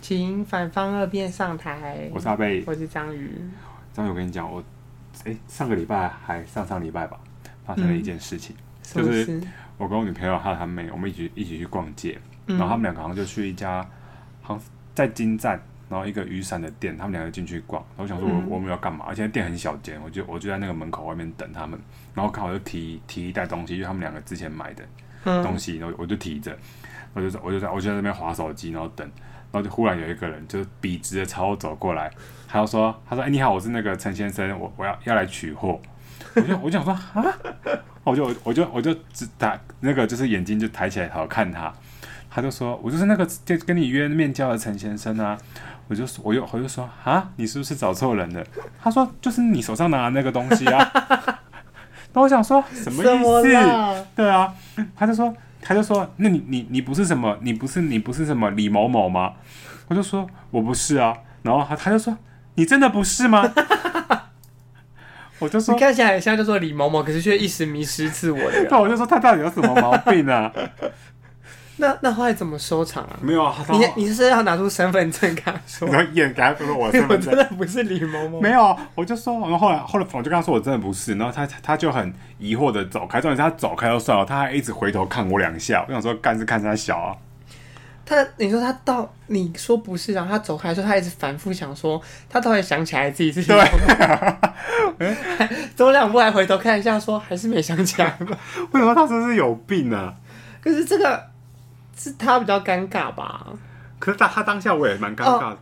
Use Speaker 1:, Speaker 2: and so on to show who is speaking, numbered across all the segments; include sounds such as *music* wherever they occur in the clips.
Speaker 1: 请反方二辩上台。
Speaker 2: 我是阿贝，
Speaker 1: 我是章鱼。
Speaker 2: 张宇，我跟你讲，我哎、上个礼拜还上上礼拜吧，发生了一件事情，
Speaker 1: 什么
Speaker 2: 就是
Speaker 1: 事？
Speaker 2: 我跟我女朋友还有她妹，我们一起一起去逛街，
Speaker 1: 嗯
Speaker 2: 然后他们两个好像就去一家，好像在金站，然后一个雨伞的店，他们两个进去逛。然后我想说我，
Speaker 1: 嗯
Speaker 2: 我们要干嘛？而且店很小间，我就我就在那个门口外面等他们。然后刚好就提提一袋东西，就是他们两个之前买的东
Speaker 1: 嗯，
Speaker 2: 西，然后我就提着，我就在我就在我就在那边划手机，然后等。然后就忽然有一个人就是笔直的朝我走过来，他就说：“他说，哎、你好，我是那个陈先生，我我要要来取货。”我就我就想说啊， *laughs* 我就我就我就只打那个就是眼睛就抬起来好看他，他就说我就是那个就跟你约面交的陈先生啊，我就说我就我就说啊，你是不是找错人了？他说就是你手上拿的那个东西啊。 *laughs* 那我想说什么
Speaker 1: 什么
Speaker 2: 意思？
Speaker 1: 啦？
Speaker 2: 对啊，他就说他就说那你你你不是什么你不是你不是什么李某某吗？我就说我不是啊，然后他他就说你真的不是吗？我就说
Speaker 1: 你看起来很像叫做李某某，可是却一时迷失自我的人。
Speaker 2: 那我就说他到底有什么毛病啊？
Speaker 1: *laughs* 那那后来怎么收场啊？
Speaker 2: 没有啊，
Speaker 1: 你你是要拿出身份证跟他说，
Speaker 2: 然后演给他说我身
Speaker 1: 我
Speaker 2: 份
Speaker 1: 真
Speaker 2: 证。
Speaker 1: 的不是李某某。
Speaker 2: 没有啊，我就说，然后后来后来我就跟他说我真的不是，然后他他就很疑惑的走开，重点是他走开就算了，他还一直回头看我两下，我想说干是看他小啊，
Speaker 1: 他，你说他到你说不是，然后他走开的时候，他一直反复想说，他到底想起来自己是对， *laughs* 走两步还回头看一下说还是没想起来吧。
Speaker 2: 为什么他真是有病啊？
Speaker 1: 可是这个是他比较尴尬吧？
Speaker 2: 可是他他当下我也蛮尴尬的，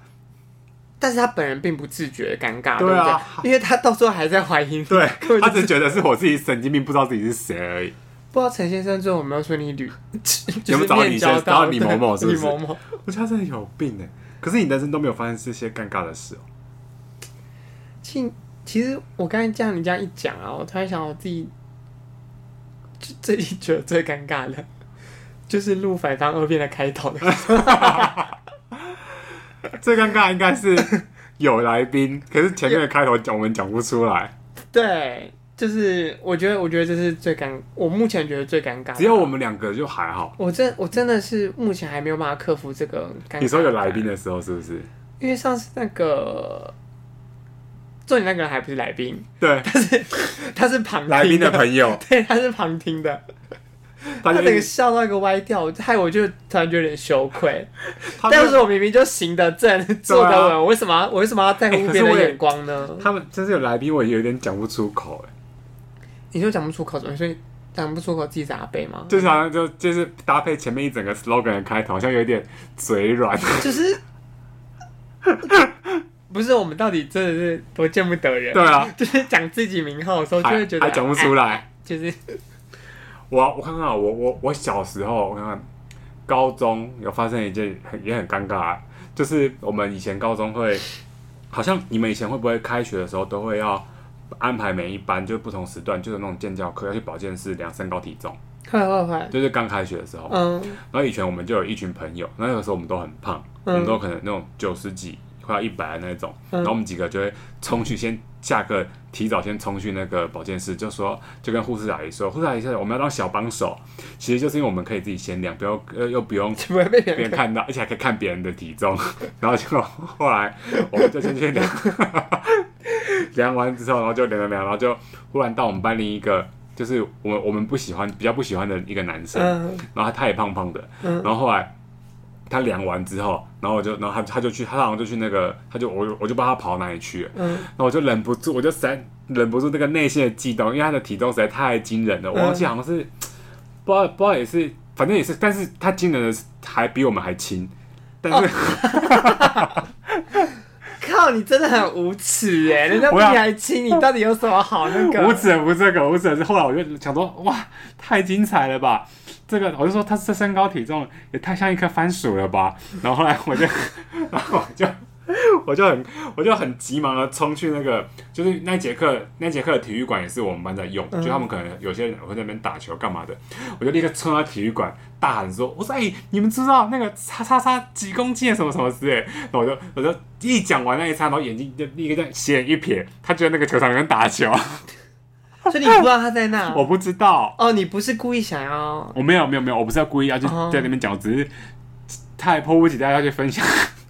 Speaker 1: 但是他本人并不自觉的尴尬，
Speaker 2: 对
Speaker 1: 对
Speaker 2: 啊
Speaker 1: 不对？因为他到最后还在怀疑你，
Speaker 2: 对
Speaker 1: 根本就
Speaker 2: 他只是觉得是我自己神经病，不知道自己是谁而已。
Speaker 1: 不知道陈先生最后有没有说你吕， *laughs* 就是
Speaker 2: 有没有找到
Speaker 1: 面
Speaker 2: 你
Speaker 1: 交
Speaker 2: 先找到
Speaker 1: 对
Speaker 2: 李某某是不是
Speaker 1: 李某某，
Speaker 2: 我觉得他真的有病哎、可是你人生都没有发生这些尴尬的事哦、
Speaker 1: 其其实我刚才这样你这样一讲啊，我突然想我自己，就最近觉得最尴尬的， *laughs* 就是录反方二辩的开头
Speaker 2: *laughs*
Speaker 1: 的时候，
Speaker 2: 最尴尬应
Speaker 1: *laughs*
Speaker 2: 该是有来宾，可是前面的开头讲我们讲不出来，
Speaker 1: 对，就是我觉得我觉得这是最尴，我目前觉得最尴尬的，
Speaker 2: 只有我们两个就还好。
Speaker 1: 我真我真的是目前还没有办法克服这个尴尬。
Speaker 2: 你说有来宾？的时候是不是？
Speaker 1: 因为上次那个做你那个人还不是来
Speaker 2: *laughs*
Speaker 1: 宾， *laughs*
Speaker 2: 对，
Speaker 1: 他是旁听
Speaker 2: 来宾的朋友，
Speaker 1: *laughs* 对，他是旁听的，*laughs*
Speaker 2: 大
Speaker 1: 他
Speaker 2: 家
Speaker 1: 整
Speaker 2: 一
Speaker 1: 个
Speaker 2: 直
Speaker 1: 笑到一个歪掉，害我就突然就有点羞愧。
Speaker 2: 他
Speaker 1: 但
Speaker 2: 们
Speaker 1: 是我明明就行得正，坐得稳，我为什么要我为什么要在乎别人的眼光呢？
Speaker 2: 他们啊真是有来宾，我也有点讲不出口哎、
Speaker 1: 你就讲不出口，所以讲不出口自己咋背吗？
Speaker 2: 就是好像就就是搭配前面一整个 slogan 的开头，好像有点嘴软。 *laughs*
Speaker 1: 就是。不是我们到底真的是多见不得人，
Speaker 2: 对啊，
Speaker 1: 就是讲自己名号的时候，就
Speaker 2: 还
Speaker 1: 会觉得
Speaker 2: 还讲不出
Speaker 1: 来，
Speaker 2: 来。
Speaker 1: 就是 *laughs*
Speaker 2: 我我看看啊，我我我小时候，我看看高中有发生一件很也很尴尬、啊，就是我们以前高中会，好像你们以前会不会开学的时候都会要安排每一班就是不同时段，就是那种健教课要去保健室量身高体重，
Speaker 1: 会会会，
Speaker 2: 就是刚开学的时候。
Speaker 1: 嗯
Speaker 2: 然后以前我们就有一群朋友，那个时候我们都很胖，
Speaker 1: 嗯
Speaker 2: 我们都可能那种九十几快要一百的那种，
Speaker 1: 嗯
Speaker 2: 然后我们几个就会冲去先下课，提早先冲去那个保健室，就说就跟护士阿姨说，护士阿姨说我们要当小帮手，其实就是因为我们可以自己先量，不要呃又
Speaker 1: *laughs*
Speaker 2: 不用
Speaker 1: 就不会被别
Speaker 2: 别人
Speaker 1: 人看。
Speaker 2: 看到，而且还可以看别人的体重， *laughs* 然后就后来我们就先去量， *laughs* 量完之后，然后就量量量，然后就忽然到我们班另一个。就是我们我们不喜欢比较不喜欢的一个男生，
Speaker 1: 嗯
Speaker 2: 然后他也胖胖的，
Speaker 1: 嗯
Speaker 2: 然后后来他量完之后，然后我就，然后他他就去，他好像就去那个，他就我就我就不知道他跑哪里去了，
Speaker 1: 嗯，
Speaker 2: 然后我就忍不住，我就实在忍不住那个内心的悸动，因为他的体重实在太惊人
Speaker 1: 嗯
Speaker 2: 了，我忘记好像是、不知道不知道也是，反正也是，但是他惊人的是还比我们还轻，但
Speaker 1: 哦
Speaker 2: 是、
Speaker 1: 靠，你真的很无耻
Speaker 2: *laughs*
Speaker 1: 哎！人家比
Speaker 2: 我要
Speaker 1: 你还轻，你到底有什么好那个？
Speaker 2: *laughs* 我只能不这个，我只能是后来我就想说，哇，太精彩了吧！这个我就说他这身高体重也太像一颗番薯了吧。然后后来我就， *laughs* 然后我就我就很我就很急忙的冲去那个，就是那节课那节课的体育馆也是我们班在用，就他们可能有些人会在那边打球干嘛的，我就立刻冲到体育馆大喊说：“我说哎、你们知道那个叉叉叉几公斤的什么什么之类的？”然后我就我就一讲完那一餐，然后眼睛就立刻这样斜眼一瞥，他觉得那个球场有人打球。
Speaker 1: 所以你不知道他在那。
Speaker 2: *laughs* 我不知道，
Speaker 1: 哦，你不是故意想要
Speaker 2: 我没有没有没有，我不是要故意要去
Speaker 1: 哦
Speaker 2: 在那边讲，我只是太迫不及待要去分享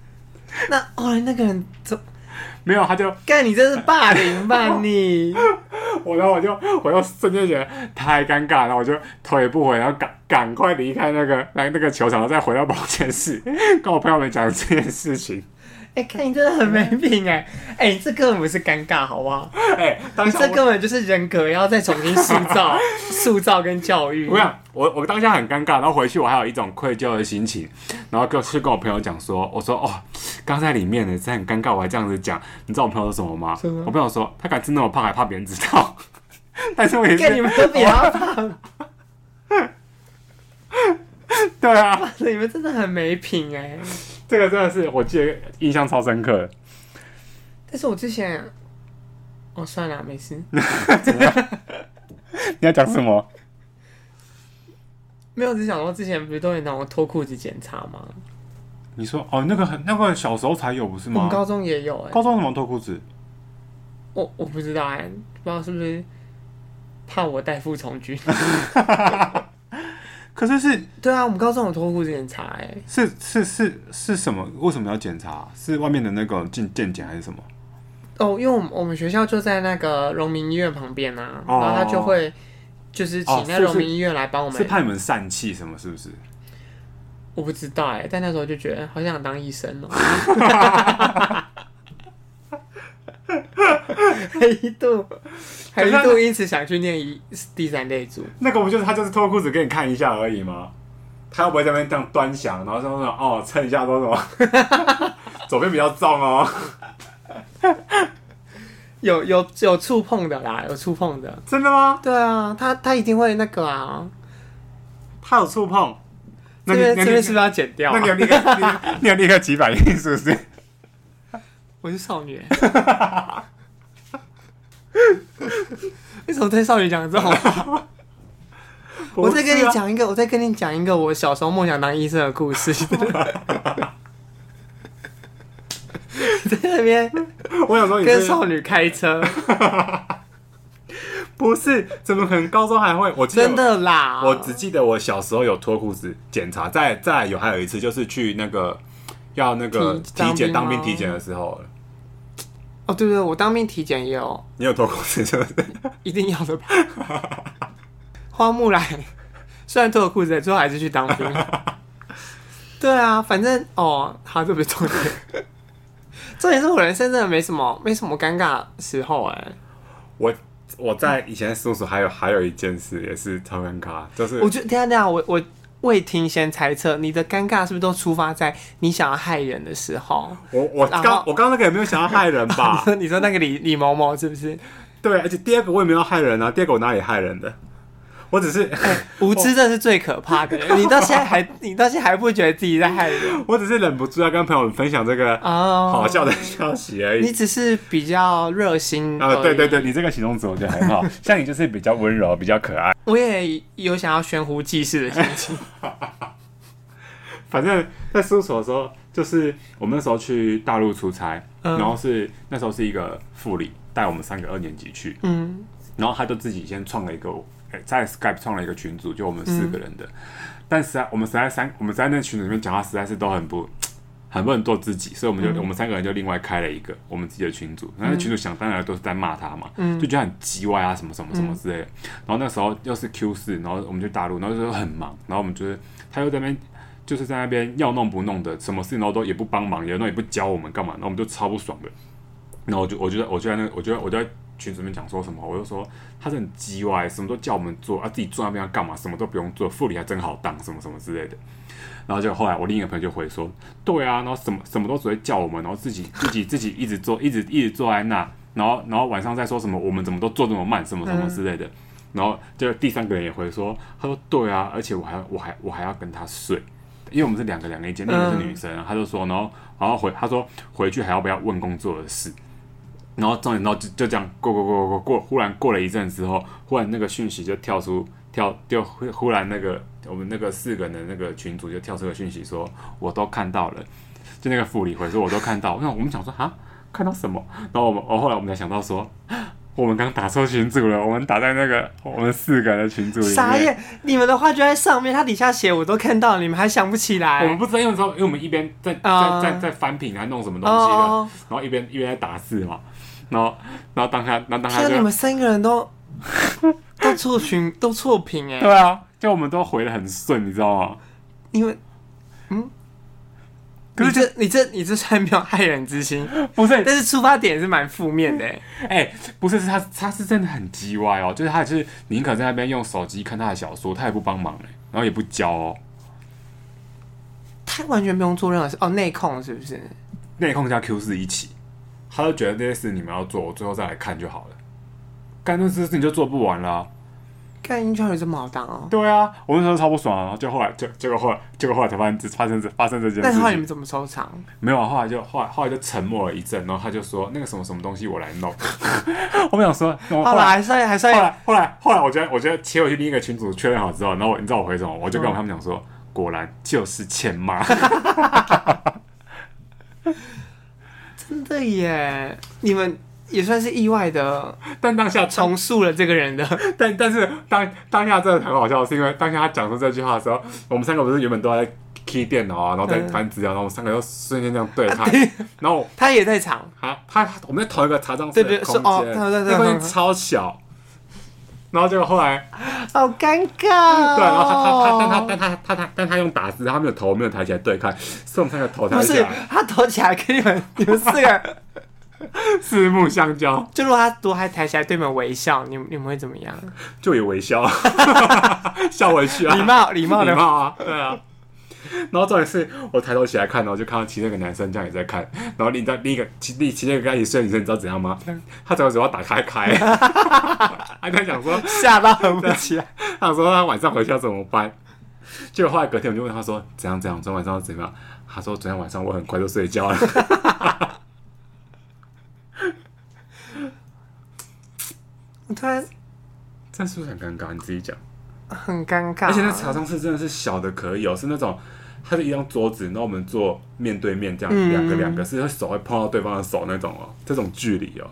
Speaker 2: *laughs*
Speaker 1: 那后来那个人怎？
Speaker 2: 没有，他就
Speaker 1: 干你这是霸凌吧
Speaker 2: *laughs*
Speaker 1: 你？
Speaker 2: 我，然后我就我就瞬间觉得太尴尬，然后我就头也不回，然后赶赶快离开那个来那个球场，然后再回到保健室，跟我朋友们讲这件事情。
Speaker 1: 哎、看你真的很没品哎、哎、你这根本不是尴尬好不
Speaker 2: *laughs*
Speaker 1: 好？
Speaker 2: 哎、当
Speaker 1: 你
Speaker 2: 下我
Speaker 1: 这根本就是人格要再重新塑
Speaker 2: *laughs*
Speaker 1: 造、塑造跟教育。
Speaker 2: 我想，我我当下很尴尬，然后回去我还有一种愧疚的心情，然后跟去跟我朋友讲说，我说哦，刚在里面呢，真的很尴尬，我还这样子讲，你知道我朋友说什么吗？
Speaker 1: 什么
Speaker 2: 我朋友说他敢吃那么胖，还怕别人知道， *laughs* 但是我也
Speaker 1: 干你
Speaker 2: 是
Speaker 1: 们都比他胖，
Speaker 2: 对啊，
Speaker 1: 你们真的很没品哎、
Speaker 2: 这个真的是我记得印象超深刻的。
Speaker 1: 但是我之前，哦算了，没事，
Speaker 2: 你要讲什么？
Speaker 1: 没有只想说之前不是都会拿我脱裤子检查吗？
Speaker 2: 你说哦，那个很那个小时候才有不是
Speaker 1: 我
Speaker 2: 吗
Speaker 1: 们？高中也有哎、
Speaker 2: 高中怎么脱裤子？
Speaker 1: 我我不知道哎、不知道是不是怕我带父从
Speaker 2: *laughs*
Speaker 1: 军？
Speaker 2: 可是是
Speaker 1: 对啊，我们高中有脱裤子检查哎、
Speaker 2: 是是是是什么？为什么要检查？是外面的那个健健检还是什么？
Speaker 1: 哦，因为我们我们学校就在那个荣民医院旁边啊，
Speaker 2: 哦
Speaker 1: 然后他就会就是
Speaker 2: 哦
Speaker 1: 请那
Speaker 2: 是不
Speaker 1: 荣
Speaker 2: 是
Speaker 1: 民医院来帮我们。
Speaker 2: 是怕你们散气什么？是不是？
Speaker 1: 我不知道哎、但那时候就觉得好想当医生
Speaker 2: *laughs*
Speaker 1: 哦、还一度，还一度因此想去念医第三类组。
Speaker 2: 那个不就是他就是脱裤子给你看一下而已吗？他又不会在那边这样端详，然后说说哦称一下说什么，
Speaker 1: *laughs*
Speaker 2: 左边比较重哦。
Speaker 1: 有有有触碰的啦，有触碰的。
Speaker 2: 真的吗？
Speaker 1: 对啊，他他一定会那个啊。
Speaker 2: 他有触碰？
Speaker 1: 这
Speaker 2: 那你
Speaker 1: 边
Speaker 2: 那
Speaker 1: 这
Speaker 2: 你
Speaker 1: 边是不是要剪掉、
Speaker 2: 那
Speaker 1: 啊
Speaker 2: 你？有立刻你你有立刻几百应是不是？
Speaker 1: 我是少女、 *laughs* 为什么对少女讲这种话？我再跟你
Speaker 2: *laughs* 不是啊，
Speaker 1: 讲一个，我再跟你讲一个我小时候梦想当医生的故
Speaker 2: *laughs*
Speaker 1: 事。在那边
Speaker 2: 我想说你
Speaker 1: 跟
Speaker 2: 是
Speaker 1: 少女开
Speaker 2: *laughs*
Speaker 1: 车，
Speaker 2: 不是？怎么可能高中还会？我记得
Speaker 1: 真的啊啦！
Speaker 2: 我只记得我小时候有脱裤子检查，再再有还有一次就是去那个要那个
Speaker 1: 体
Speaker 2: 体检
Speaker 1: 当
Speaker 2: 当
Speaker 1: 兵
Speaker 2: 兵
Speaker 1: 吗
Speaker 2: 体检的时候，
Speaker 1: 哦，对对，我当兵体检也有，
Speaker 2: 你有脱裤子是不是？
Speaker 1: 一定要的吧？ *laughs* 花木兰 *laughs* 虽然脱了裤子，最后还是去当兵。
Speaker 2: *laughs*
Speaker 1: 对啊，反正哦，好，这不是重点。
Speaker 2: *laughs*
Speaker 1: 重点是我人生真的没什么没什么尴尬的时候哎、
Speaker 2: 我我在以前宿舍还有还有一件事也是超尴尬，就是
Speaker 1: 我觉得等一下等一下，我我未听先猜测，你的尴尬是不是都出发在你想要害人的时候？
Speaker 2: 我我
Speaker 1: 然后
Speaker 2: 刚我刚刚那个也没有想要害人
Speaker 1: 你
Speaker 2: 吧？
Speaker 1: 说 *laughs* 你说那个李李某某是不是
Speaker 2: 对，而且第二个我也没有害人啊，第二个我哪里害人的？我只是 *laughs*
Speaker 1: 无知？这是最可怕的。你到现在还你到现在还不觉得自己在害人
Speaker 2: 我只是忍不住要跟朋友们分享这个
Speaker 1: 哦？
Speaker 2: 好笑的消息而
Speaker 1: 你
Speaker 2: 已。
Speaker 1: 只是比较热心
Speaker 2: 啊，对对
Speaker 1: 而已，
Speaker 2: 对，你这个形容词我觉得很好，像你就是比较温柔，比较可爱。
Speaker 1: 我也有想要悬壶济世的心情。
Speaker 2: 反正，在事务所的时候，就是我们那时候去大陆出差，
Speaker 1: 嗯
Speaker 2: 然后是那时候是一个副理带我们三个二年级去，
Speaker 1: 嗯，
Speaker 2: 然后他就自己先创了一个，哎在 Skype 创了一个群组，就我们四个人的。
Speaker 1: 嗯
Speaker 2: 但实在我们实在三我们实在那群组里面讲话实在是都很不很不能做自己，所以我们
Speaker 1: 嗯
Speaker 2: 就、我们三个人就另外开了一个我们自己的群组。那群主想当然都是在骂他嘛，
Speaker 1: 嗯
Speaker 2: 就觉得很叽歪啊什么什么什么之类的。然后那时候又是 Q 四，然后我们就大陆，然后就很忙，然后我们就是他又在那边。就是在那边要弄不弄的，什么事情然后都也不帮忙，也那也不教我们干嘛，然后我们就超不爽的。然后我就我就在我就在那我就在我就在群组里面讲说什么，我就说他是很鸡歪，什么都叫我们做啊，自己坐那边要干嘛，什么都不用做，副理还真好当，什么什么之类的。然后就后来我另一个朋友就回说，对啊，然后什么什么都只会叫我们，然后自己自己自己一直做，一直一直坐在那，然后然后晚上再说什么我们怎么都做这么慢，什么什么之类的。然后就第三个人也回说，他说对啊，而且我还要我还我还要跟他睡。因为我们是两个两个一间，另一
Speaker 1: 嗯
Speaker 2: 个是女生，他就说，然后然后回他说回去还要不要问工作的事，然后重点到就就这样过过过过过，忽然过了一阵之后，忽然那个讯息就跳出跳，就忽忽然那个我们那个四个人的那个群组就跳出个讯息说，我都看到了，就那 *laughs* 个副理回说我都看到，那我们想说啊，看到什么？然后我们哦后来我们才想到说， *gasps* 我们刚打错群组了，我们打在那个我们四个的群组里
Speaker 1: 傻
Speaker 2: 面。
Speaker 1: 眼！你们的话就在上面，他底下写我都看到，你们还想不起来？
Speaker 2: 我们不知道，因为那时候因为我们一边在在
Speaker 1: 啊
Speaker 2: 在在翻屏还弄什么东西的，
Speaker 1: 哦，
Speaker 2: 然后一边一边在打字嘛，然后然后当下然后当下
Speaker 1: 天，你
Speaker 2: 就
Speaker 1: 们三个人都 *laughs* 都错评，都错评哎！
Speaker 2: 对啊，就我们都回的很顺，你知道吗？
Speaker 1: 因为嗯
Speaker 2: 可是
Speaker 1: 你
Speaker 2: 就
Speaker 1: 这你这你这算没有害人之心，
Speaker 2: 不是
Speaker 1: 但是出发点是蛮负面的欸。
Speaker 2: 哎、不是，是他，他是真的很叽歪哦，就是他就是宁可在那边用手机看他的小说，他也不帮忙哎、然后也不教哦，
Speaker 1: 他完全不用做任何事哦，内控是不是？
Speaker 2: 内控加 Q 四一起，他就觉得这些事你们要做，我最后再来看就好了。干这事情就做不完了啊、
Speaker 1: 干英超有这么好当哦？
Speaker 2: 对啊，我那时候超不爽啊，然后就后来就结果后来结果后来才发现这发生这发生这件
Speaker 1: 但是
Speaker 2: 事
Speaker 1: 后来你
Speaker 2: 情
Speaker 1: 们，怎么收场？
Speaker 2: 没有啊，后来就后来后来就沉默了一阵，然后他就说那个什么什么东西我来
Speaker 1: *laughs*
Speaker 2: 弄，我们想说，我
Speaker 1: 后来还是还是
Speaker 2: 后来后来后来，我觉得我觉得切回去另一个群组确认好之后，然后我你知道我回什么？我就跟我他们讲说，果然就是
Speaker 1: *laughs*
Speaker 2: 欠骂。
Speaker 1: 真的耶，你们也算是意外的
Speaker 2: 但当下
Speaker 1: 重塑了这个人的。
Speaker 2: 但但是当当下真的很好笑，是因为当下他讲出这句话的时候，我们三个不是原本都在 key 电脑啊，然后在
Speaker 1: 嗯
Speaker 2: 翻资料，然后我们三个又瞬间这样对
Speaker 1: *laughs*
Speaker 2: 看，
Speaker 1: 对
Speaker 2: 然后
Speaker 1: 他也在场，
Speaker 2: 啊他他我们在同一个茶账室
Speaker 1: 对
Speaker 2: 的
Speaker 1: 对
Speaker 2: 空
Speaker 1: 是哦
Speaker 2: 间，
Speaker 1: 对对对
Speaker 2: 那空间
Speaker 1: 嗯
Speaker 2: 超小。然后结果后来，
Speaker 1: 好尴尬、
Speaker 2: 对，然后他他他
Speaker 1: 哦。
Speaker 2: 但他但他他他但他用打字，他没有头没有抬起来对看，是我们三个头抬
Speaker 1: 不
Speaker 2: 起
Speaker 1: 是
Speaker 2: 来，
Speaker 1: 他投起来跟你们你们四个人，
Speaker 2: 四目相交。
Speaker 1: 就如果他多还抬起来对你们微笑，你们你们会怎么样？
Speaker 2: 就也微笑， *laughs* 笑回去啊，
Speaker 1: 礼貌礼貌
Speaker 2: 礼
Speaker 1: 的
Speaker 2: 貌啊，对啊。然后重点是我抬头起来看，然后就看到其中一个男生这样也在看，然后另在另一个其另其中一个跟他一起睡的女生，你知道怎样吗？
Speaker 1: 嗯
Speaker 2: 他整个嘴巴打开开，他在想说，
Speaker 1: 吓到很不起来。
Speaker 2: 他想说他晚上回家怎么办？结果后来隔天我就问他说怎样怎样，昨天晚上要怎么样？他说昨天晚上我很快就睡觉了。 *laughs*
Speaker 1: 我突然
Speaker 2: 这是不是很尴尬？你自己讲。
Speaker 1: 很尴尬，
Speaker 2: 而且那茶上是真的是小的可以哦，是那种它是一张桌子，然后我们坐面对面这样，
Speaker 1: 嗯
Speaker 2: 两、个两个是会手会碰到对方的手那种哦，这种距离哦，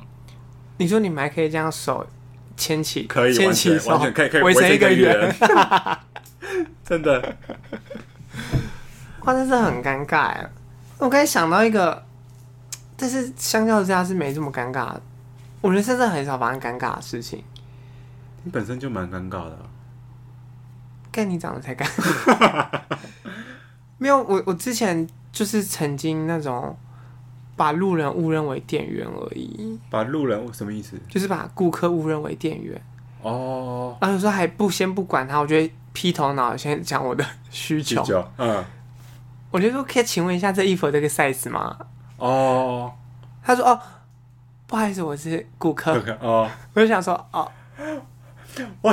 Speaker 1: 你说你们还可以这样手牵起，
Speaker 2: 可以
Speaker 1: 牵
Speaker 2: 完
Speaker 1: 起
Speaker 2: 全
Speaker 1: 手，
Speaker 2: 完全可以可以
Speaker 1: 围
Speaker 2: 成
Speaker 1: 一个
Speaker 2: 圆，， *laughs* 真的
Speaker 1: 哇，真是很尴尬哎！我刚才想到一个，但是相较之下是没这么尴尬的。我人生真的很少发生尴尬的事情，
Speaker 2: 你本身就蛮尴尬的啊、
Speaker 1: 跟你长得才
Speaker 2: *laughs*
Speaker 1: 尴尬。没有，我我之前就是曾经那种把路人误认为店员而已，
Speaker 2: 把路人什么意思？
Speaker 1: 就是把顾客误认为店员，
Speaker 2: 哦，
Speaker 1: 然后有时候还不先不管他，我就会劈头脑先讲我的需
Speaker 2: 啤
Speaker 1: 求，
Speaker 2: 酒，嗯，
Speaker 1: 我就说可以请问一下这衣服有这个 size 吗？
Speaker 2: 哦，
Speaker 1: 他说哦，不好意思，我是顾客。
Speaker 2: 哦，
Speaker 1: 我就想说，
Speaker 2: *laughs*
Speaker 1: 哦，
Speaker 2: 我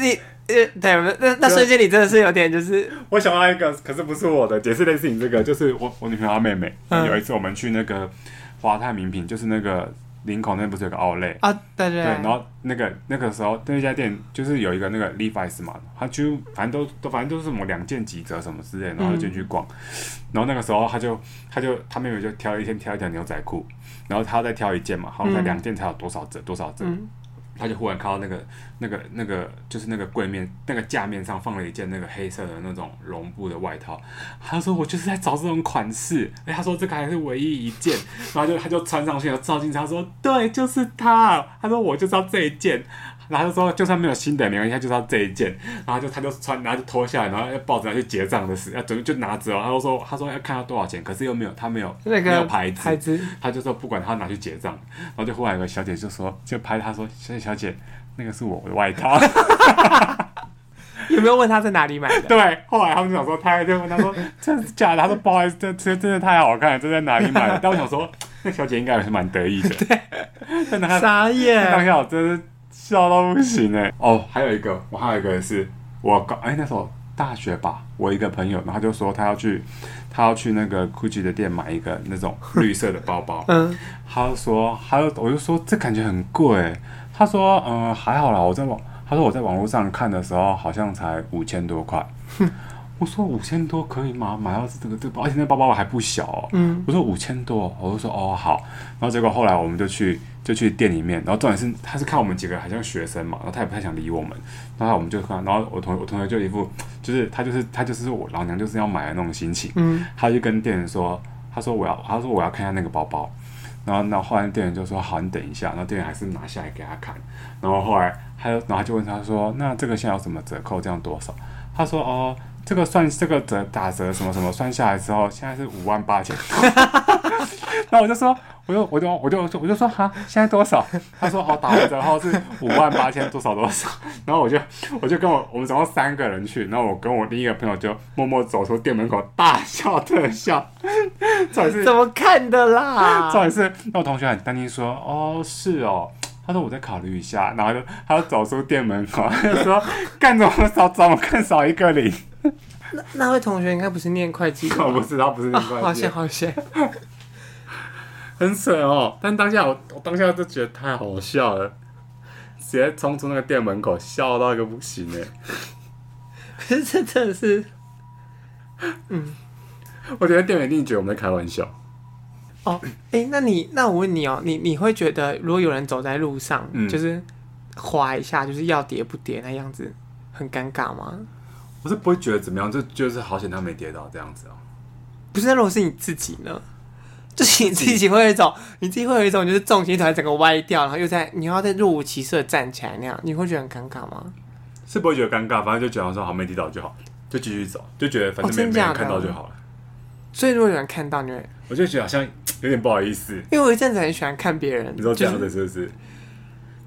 Speaker 1: 你呃，对，我们那
Speaker 2: 啊
Speaker 1: 那瞬间你真的是有点就是，
Speaker 2: 我想到一个，可是不是我的，也是类似你这个，就是我我女朋友她妹妹，
Speaker 1: 嗯
Speaker 2: 有一次我们去那个华泰名品，就是那个林口那边不是有个奥莱，
Speaker 1: 啊，对对
Speaker 2: 对，然后那个那个时候那家店就是有一个那个 Levi's 嘛，他就反正都都反正都是什么两件几折什么之类的，然后就进去逛，然后那个时候他就他就他妹妹就挑一天挑一条牛仔裤，然后他再挑一件嘛，好像才
Speaker 1: 嗯
Speaker 2: 两件才有多少折多少折，
Speaker 1: 嗯
Speaker 2: 他就忽然看到那个那个那个就是那个柜面那个架面上放了一件那个黑色的那种绒布的外套，他就说我就是在找这种款式，哎，他说这个还是唯一一件，然后就他就穿上去了，照镜子，他说对，就是他，他说我就是要这一件。然后他就说，就算没有新的也没关系，他就是要这一件。然后就他就穿，然后就脱下来，然后要抱着要去结账的事，要准备就拿着哦。他就说，他说要看要多少钱，可是又没有，他没有
Speaker 1: 那
Speaker 2: 没有
Speaker 1: 个
Speaker 2: 牌子，
Speaker 1: 牌子，
Speaker 2: 他就说不管他拿去结账，然后就忽然有个小姐就说就拍他说小姐小姐那个是我的外套， *laughs*
Speaker 1: 有没有问他在哪里买的？
Speaker 2: 对，后来他们就想说他就问他说这是假的，他说不好意思，这这真的太好看了，这在哪里买的？但我想说那小姐应该也是蛮
Speaker 1: *laughs*
Speaker 2: 得意的，但她
Speaker 1: *laughs* 傻
Speaker 2: 当
Speaker 1: *laughs* 眼，
Speaker 2: 下我真是笑到不行哎、哦，还有一个，我还有一个是我高哎、那时候大学吧，我一个朋友，然后他就说他要去他要去那个 GUCCI 的店买一个那种绿色的包包，
Speaker 1: 嗯，
Speaker 2: 他就说，他就我就说这感觉很贵。欸他说，嗯、还好啦，我在网，他说我在网络上看的时候好像才五千多块。我说五千多可以吗？买到这个这个包，而且那包包还不小哦。
Speaker 1: 嗯，
Speaker 2: 我说五千多，我就说哦好，然后结果后来我们就去就去店里面，然后重点是他是看我们几个好像学生嘛，然后他也不太想理我们，然后我们就看，然后我同我同学就一副就是他就是他就是我老娘就是要买的那种心情，
Speaker 1: 嗯，
Speaker 2: 他就跟店员说，他说我要他说我要看一下那个包包，然后然后后来店员就说好你等一下，然后店员还是拿下来给他看，然后后来他就然后他就问他说那这个现在有什么折扣，这样多少？他说哦。这个算这个折打折什么什么算下来之后，现在是五万八千多。 *laughs* 那我就说，我就我就我就我就我就说哈，现在多少？他说哦，打完折后是五万八千多少多少。然后我就我就跟我我们总共三个人去，然后我跟我另一个朋友就默默走出店门口，大笑特笑。 *laughs* 重点是
Speaker 1: 怎么看的啦？
Speaker 2: 重点是，那我同学很担心说，哦，是哦，他说我再考虑一下，然后就他就走出店门口， *laughs* 他就说，干怎么少怎么更少一个零？ *laughs*
Speaker 1: 那那位同学应该不是念会计 *laughs* 的吧，
Speaker 2: 我哦不知道，不是那
Speaker 1: 啊
Speaker 2: 关系。
Speaker 1: 好险好险！
Speaker 2: 很扯哦。但当下我我当下就觉得太好笑了，直接冲出那个店门口，笑到一个不行哎！
Speaker 1: 可是 *laughs* 这真的是，嗯，
Speaker 2: 我觉得店员一定觉得我们在开玩笑。
Speaker 1: 哦，哎、那你那我问你哦，你你会觉得如果有人走在路上，
Speaker 2: 嗯
Speaker 1: 就是滑一下，就是要跌不跌那样子，很尴尬吗？
Speaker 2: 我是不会觉得怎么样，就就是好险他没跌倒这样子哦。
Speaker 1: 不是，那如果是你自己呢？就是你自己会有一 *laughs* 种，你自己会有一种，就是重心突然整个歪掉，然后又在你又要在若无其事的站起来那样，你会觉得很尴尬吗？
Speaker 2: 是不会觉得尴尬，反正就觉得说好没跌倒就好，就继续走，就觉得反
Speaker 1: 哦
Speaker 2: 正没、
Speaker 1: 真
Speaker 2: 没
Speaker 1: 假
Speaker 2: 人
Speaker 1: 的
Speaker 2: 看到就好了。
Speaker 1: 所以如果有人看到你会，
Speaker 2: 我就觉得好像有点不好意思，
Speaker 1: 因为我一阵子很喜欢看别人，
Speaker 2: 你说这样
Speaker 1: 就是
Speaker 2: 子是不是？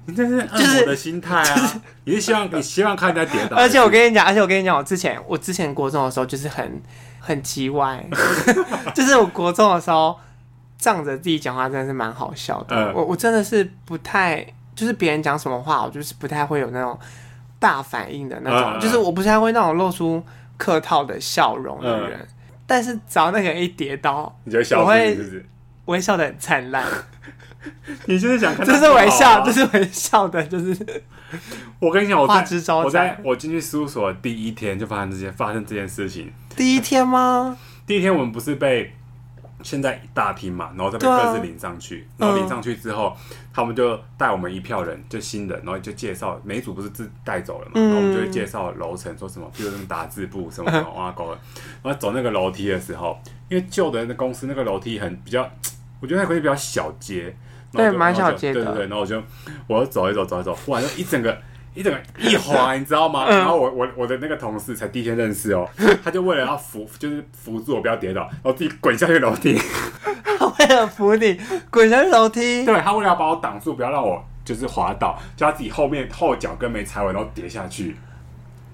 Speaker 2: 你这是
Speaker 1: 就
Speaker 2: 按
Speaker 1: 是
Speaker 2: 我的心态啊，你是希
Speaker 1: *laughs*
Speaker 2: 望你希望看人家跌倒，
Speaker 1: 而且我跟你讲，而且我跟你讲，我之前我之前国中的时候就是很很叽歪， *laughs* 就是我国中的时候仗着自己讲话真的是蛮好笑的。
Speaker 2: 嗯
Speaker 1: 我我真的是不太，就是别人讲什么话，我就是不太会有那种大反应的那种，
Speaker 2: 嗯嗯
Speaker 1: 就是我不太会那种露出客套的笑容的
Speaker 2: 嗯
Speaker 1: 人。但是只要那个人一跌倒，
Speaker 2: 你就会笑
Speaker 1: 我
Speaker 2: 自
Speaker 1: 会
Speaker 2: 己是不是？
Speaker 1: 我会笑得很灿烂，
Speaker 2: 你就是想看他
Speaker 1: 这
Speaker 2: 不好啊，
Speaker 1: 是微笑，这是微笑的，就是
Speaker 2: 我跟你讲，我
Speaker 1: 花
Speaker 2: 在
Speaker 1: 枝招展
Speaker 2: 我在我进去事务所的第一天就发生这件发生这件事情。
Speaker 1: 第一天吗？
Speaker 2: 第一天我们不是被现在一大批嘛，然后再被
Speaker 1: 对啊
Speaker 2: 各自领上去，然后领上去之后，他们就带我们一票人，就新人，然后就介绍每一组不是自带走了嘛，
Speaker 1: 嗯
Speaker 2: 然后我们就会介绍楼层，说什么，比如什么打字部什么什么哇狗的，然后走那个楼梯的时候，因为旧的那公司那个楼梯很比较，我觉得那可以比较小阶。然后
Speaker 1: 对
Speaker 2: 就
Speaker 1: 蛮小
Speaker 2: 然后就
Speaker 1: 阶的
Speaker 2: 对对对，然后我就我就走一走走一走，忽然就一整个一整个一滑，你知道吗？
Speaker 1: 嗯
Speaker 2: 然后我我我的那个同事才第一天认
Speaker 1: *laughs*
Speaker 2: 识哦，他就为了要扶，就是扶住我不要跌倒，然后自己滚下去楼
Speaker 1: *laughs*
Speaker 2: 梯。
Speaker 1: 为了扶你滚下楼梯，
Speaker 2: 对他为了要把我挡住，不要让我就是滑倒，就他自己后面后脚跟没踩稳，然后跌下去。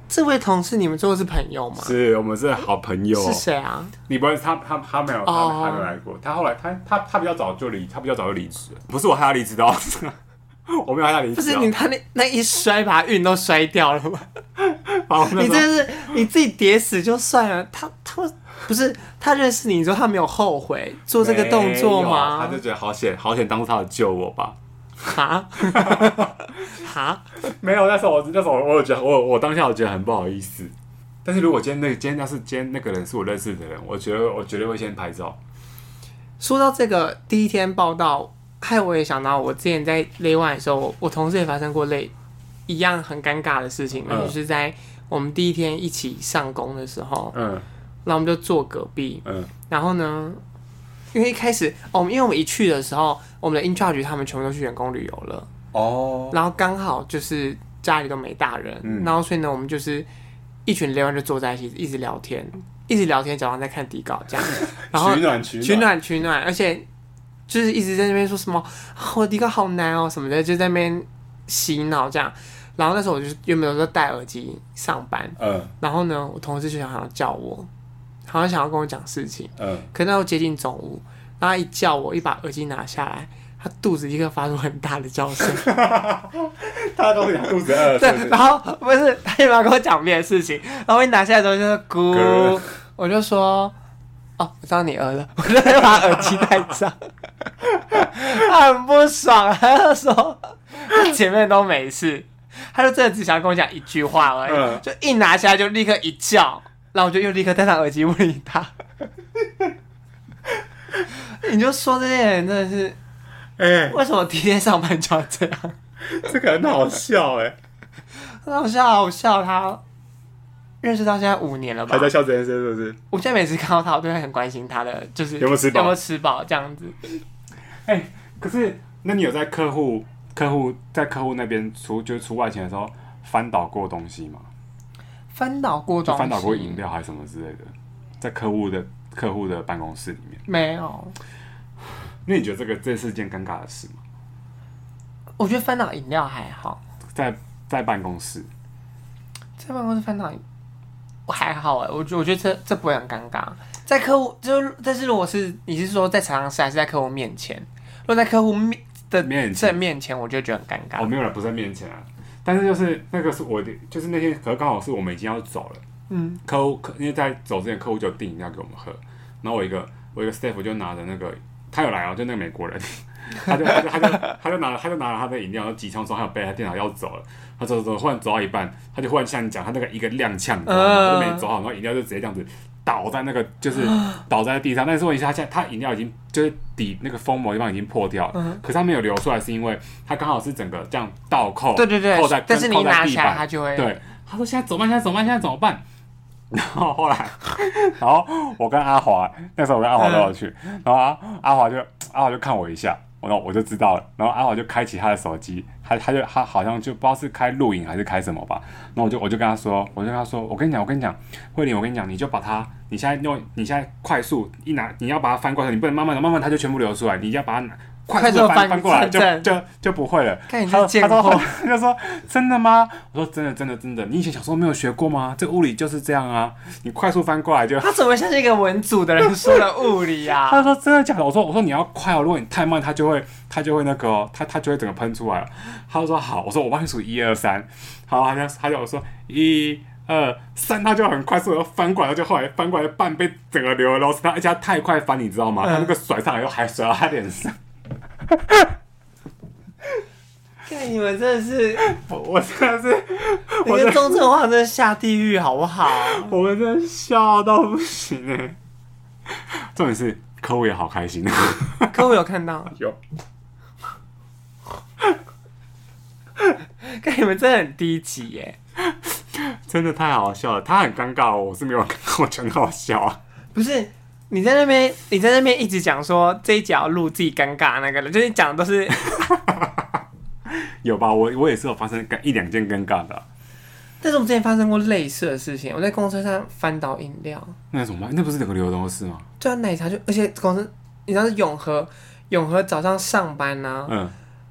Speaker 1: 这位同事，你们最后是朋友吗？
Speaker 2: 是哦我们是好朋友
Speaker 1: 是谁啊？
Speaker 2: 你不认识他，他他没有，他
Speaker 1: 哦
Speaker 2: 他没有来过。他后来他他他比较早就离，他比较早就离职了，不是我害他离职的哦， *laughs* 我没有害他离职、哦。
Speaker 1: 不是你，他那那一摔，把他运都摔掉了吗？
Speaker 2: 然后 *laughs* 那
Speaker 1: 你
Speaker 2: 时候
Speaker 1: 真的是你自己跌死就算了，他他不是他认识你之后，他没有后悔做这个动作
Speaker 2: 没有
Speaker 1: 吗
Speaker 2: 他就？觉得好险，好险，当初他有救我吧。
Speaker 1: 哈哈，
Speaker 2: 没有，那时候我那时候我有觉得我我当下我觉得很不好意思。但是如果今天那今天要是今天那个人是我认识的人，我觉得我绝对会先拍照。
Speaker 1: 说到这个第一天报道，害我也想到我之前在雷湾的时候，我我同事也发生过类一样很尴尬的事情，那
Speaker 2: 嗯
Speaker 1: 就是在我们第一天一起上工的时候，
Speaker 2: 嗯
Speaker 1: 那我们就坐隔壁，
Speaker 2: 嗯
Speaker 1: 然后呢，因为一开始哦，因为我们一去的时候，我们的 in charge 他们全部都去员工旅游了，
Speaker 2: 哦，
Speaker 1: 然后刚好就是家里都没大人，
Speaker 2: 嗯
Speaker 1: 然后所以呢，我们就是一群六人就坐在一起，一直聊天，一直聊天，早上在看底稿这样，
Speaker 2: *laughs*
Speaker 1: 然后
Speaker 2: 取暖取
Speaker 1: 取暖取暖，而且就是一直在那边说什么啊，我的歌好难哦什么的，就在那边洗脑这样。然后那时候我就是原本都是戴耳机上班，
Speaker 2: 嗯
Speaker 1: 然后呢，我同事就想要叫我，好像想要跟我讲事情。
Speaker 2: 嗯，
Speaker 1: 可那时候接近中午，然后他一叫我，一把耳机拿下来，他肚子立刻发出很大的叫声。
Speaker 2: 大家都想肚子饿，是不
Speaker 1: 对，
Speaker 2: 是
Speaker 1: 然后不是他也没有跟我讲别的事情，然后一拿下来之后就是咕
Speaker 2: 咕，
Speaker 1: 我就说。哦，我知道你饿了， *laughs* 我就把耳机戴上，他很不爽，他就说他前面都没事，他就真的只想跟我讲一句话而已，
Speaker 2: 嗯
Speaker 1: 就一拿下来就立刻一叫，然后我就又立刻戴上耳机不理 *laughs* 他。你就说这些人真的是，
Speaker 2: 哎、
Speaker 1: 为什么天天上班就要这样？
Speaker 2: 这个很好笑哎、
Speaker 1: 很好笑啊，我笑他。认识到现在五年了吧
Speaker 2: 还？在笑这件事是不是？
Speaker 1: 我现在每次看到他，我都会很关心他的，就是
Speaker 2: 有没有吃饱
Speaker 1: 有没有吃饱这样子。
Speaker 2: 哎、可是那你有在客户客户在客户那边出就是出外勤的时候翻倒过东西吗？
Speaker 1: 翻倒过东
Speaker 2: 就
Speaker 1: 西，
Speaker 2: 翻倒过饮料还是什么之类的，在客户的客户的办公室里面，
Speaker 1: 没有？
Speaker 2: 那你觉得这个这是件尴尬的事吗？
Speaker 1: 我觉得翻倒饮料还好，
Speaker 2: 在在办公室，
Speaker 1: 在办公室翻倒饮，我还好哎、我觉我觉得这这不会很尴尬。在客户就是，但是如果是你是说在茶上室还是在客户面前？如果在客户面的
Speaker 2: 面前
Speaker 1: 正面前，我就觉得很尴
Speaker 2: 哦，
Speaker 1: 尬。
Speaker 2: 没有了，不是在面前啊。但是就是那个是我的，就是那天可是刚好是我们已经要走了，
Speaker 1: 嗯，
Speaker 2: 客户客因为在走之前客户就订饮料给我们喝，然后我一个我一个 staff 就拿着那个他有来哦，就那个美国人， *laughs* 他就他就他就他就拿了他就拿了他的饮料，然后集中说还有背他电脑要走了，他走走走，忽然走到一半，他就忽然像你讲他那个一个踉跄，你知道吗？他就没走好，然后饮料就直接这样子。倒在那个就是
Speaker 1: 啊
Speaker 2: 倒在地上，但是问一下，他现在他饮料已经就是底那个封膜地方已经破掉了，
Speaker 1: 嗯
Speaker 2: 可是他没有流出来，是因为他刚好是整个这样倒扣，
Speaker 1: 对对对
Speaker 2: 扣在，
Speaker 1: 但是你一
Speaker 2: 扣在
Speaker 1: 拿
Speaker 2: 地
Speaker 1: 起来，
Speaker 2: 板
Speaker 1: 它就会
Speaker 2: 对，他说现在怎么办？现在怎么办？现在怎么办？ *laughs* 然后后来， *laughs* 然后我跟阿华，那时候我跟阿华都有去，
Speaker 1: 嗯
Speaker 2: 然后阿阿华就阿华就看我一下，然后我就知道了，然后阿华就开启他的手机，他他就他好像就不知道是开录影还是开什么吧，然后我就我就跟他说，我就跟他说，我跟你讲，我跟你讲，慧玲，我跟你讲，你就把它，你现在用，你现在快速一拿，你要把它翻过来，你不能慢慢的，慢慢它就全部流出来，你一定要把它拿快
Speaker 1: 快
Speaker 2: 速的
Speaker 1: 速地
Speaker 2: 翻
Speaker 1: 翻
Speaker 2: 翻过来，就
Speaker 1: 正
Speaker 2: 就就不会了。
Speaker 1: 哎看你
Speaker 2: 他
Speaker 1: 是贱
Speaker 2: 他说
Speaker 1: 货，
Speaker 2: *laughs* 他就说真的吗？我说真的真的真的，你以前小时候没有学过吗？这物理就是这样啊，你快速翻过
Speaker 1: *laughs*
Speaker 2: 来就。
Speaker 1: 他怎么像是一个文组的人说的物理 *laughs* 啊？
Speaker 2: 他说真的假的？我说我说你要快哦，如果你太慢，它就会它就会那个哦、它它就会整个喷出来。他就说好，我说我帮你数一二三，好，他就他就我说一二三，他就很快速的翻过来，就后来翻过来半杯整个流了，然后他而且他太快翻，你知道吗？他那个甩上来又还甩到他脸上， *laughs*
Speaker 1: 看你们真的 *laughs* 是，
Speaker 2: 我我真的是
Speaker 1: 你跟钟正化真的下地狱好不 *laughs* 好？
Speaker 2: 我们真的笑到不行哎、重点是客户也好开心，啊
Speaker 1: 客户有看到，
Speaker 2: 有
Speaker 1: 看你们真的很低级耶。
Speaker 2: 真的太好笑了。他很尴尬、哦，我是没有尴尬，我觉得很好笑啊。
Speaker 1: 不是你在那边，你在那边一直讲说这一脚录自己尴尬那个了，就是讲的都是 *laughs*
Speaker 2: 有吧？我我也是有发生尴一两件尴尬的啊、
Speaker 1: 但是我们之前发生过类似的事情，我在公车上翻倒饮料，
Speaker 2: 那怎么办？那不是整个流动的事吗？
Speaker 1: 对啊，奶茶就，而且公司你知道是永和，永和早上上班呢、
Speaker 2: 嗯，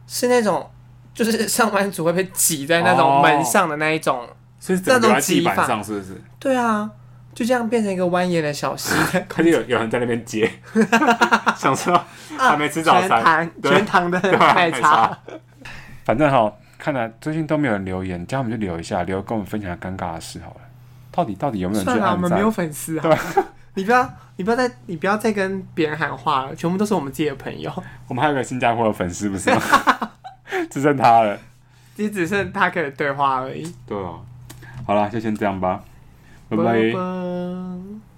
Speaker 1: 是那种就是上班族会被挤在那种
Speaker 2: 哦
Speaker 1: 门上的那一种，
Speaker 2: 所以整个
Speaker 1: 那
Speaker 2: 留
Speaker 1: 种
Speaker 2: 在地板
Speaker 1: 挤法
Speaker 2: 上是不是？
Speaker 1: 对啊，就这样变成一个蜿蜒的小溪，
Speaker 2: *laughs* 他就有有人在那边接， *laughs* 想说还没吃早
Speaker 1: 啊全
Speaker 2: 餐，
Speaker 1: 糖
Speaker 2: 对
Speaker 1: 全糖的
Speaker 2: 对啊吧？
Speaker 1: 奶茶，。
Speaker 2: *laughs* 反正哈，看来最近都没有人留言，这样我们就留一下，留跟我们分享尴尬的事好了。到底到底
Speaker 1: *laughs*
Speaker 2: 有没有人去
Speaker 1: 算了，我
Speaker 2: 按
Speaker 1: 们
Speaker 2: 赞
Speaker 1: 没？有粉丝 *laughs* 啊，你不要你不要再你不要再跟别人喊话了，全部都是我们自己的朋友， *laughs*
Speaker 2: 我们还有个新加坡的粉丝不是吗？ *laughs* 只剩他了。
Speaker 1: 也只剩他可以对话而已。
Speaker 2: 对啊，好啦，就先这样吧，拜拜。
Speaker 1: 拜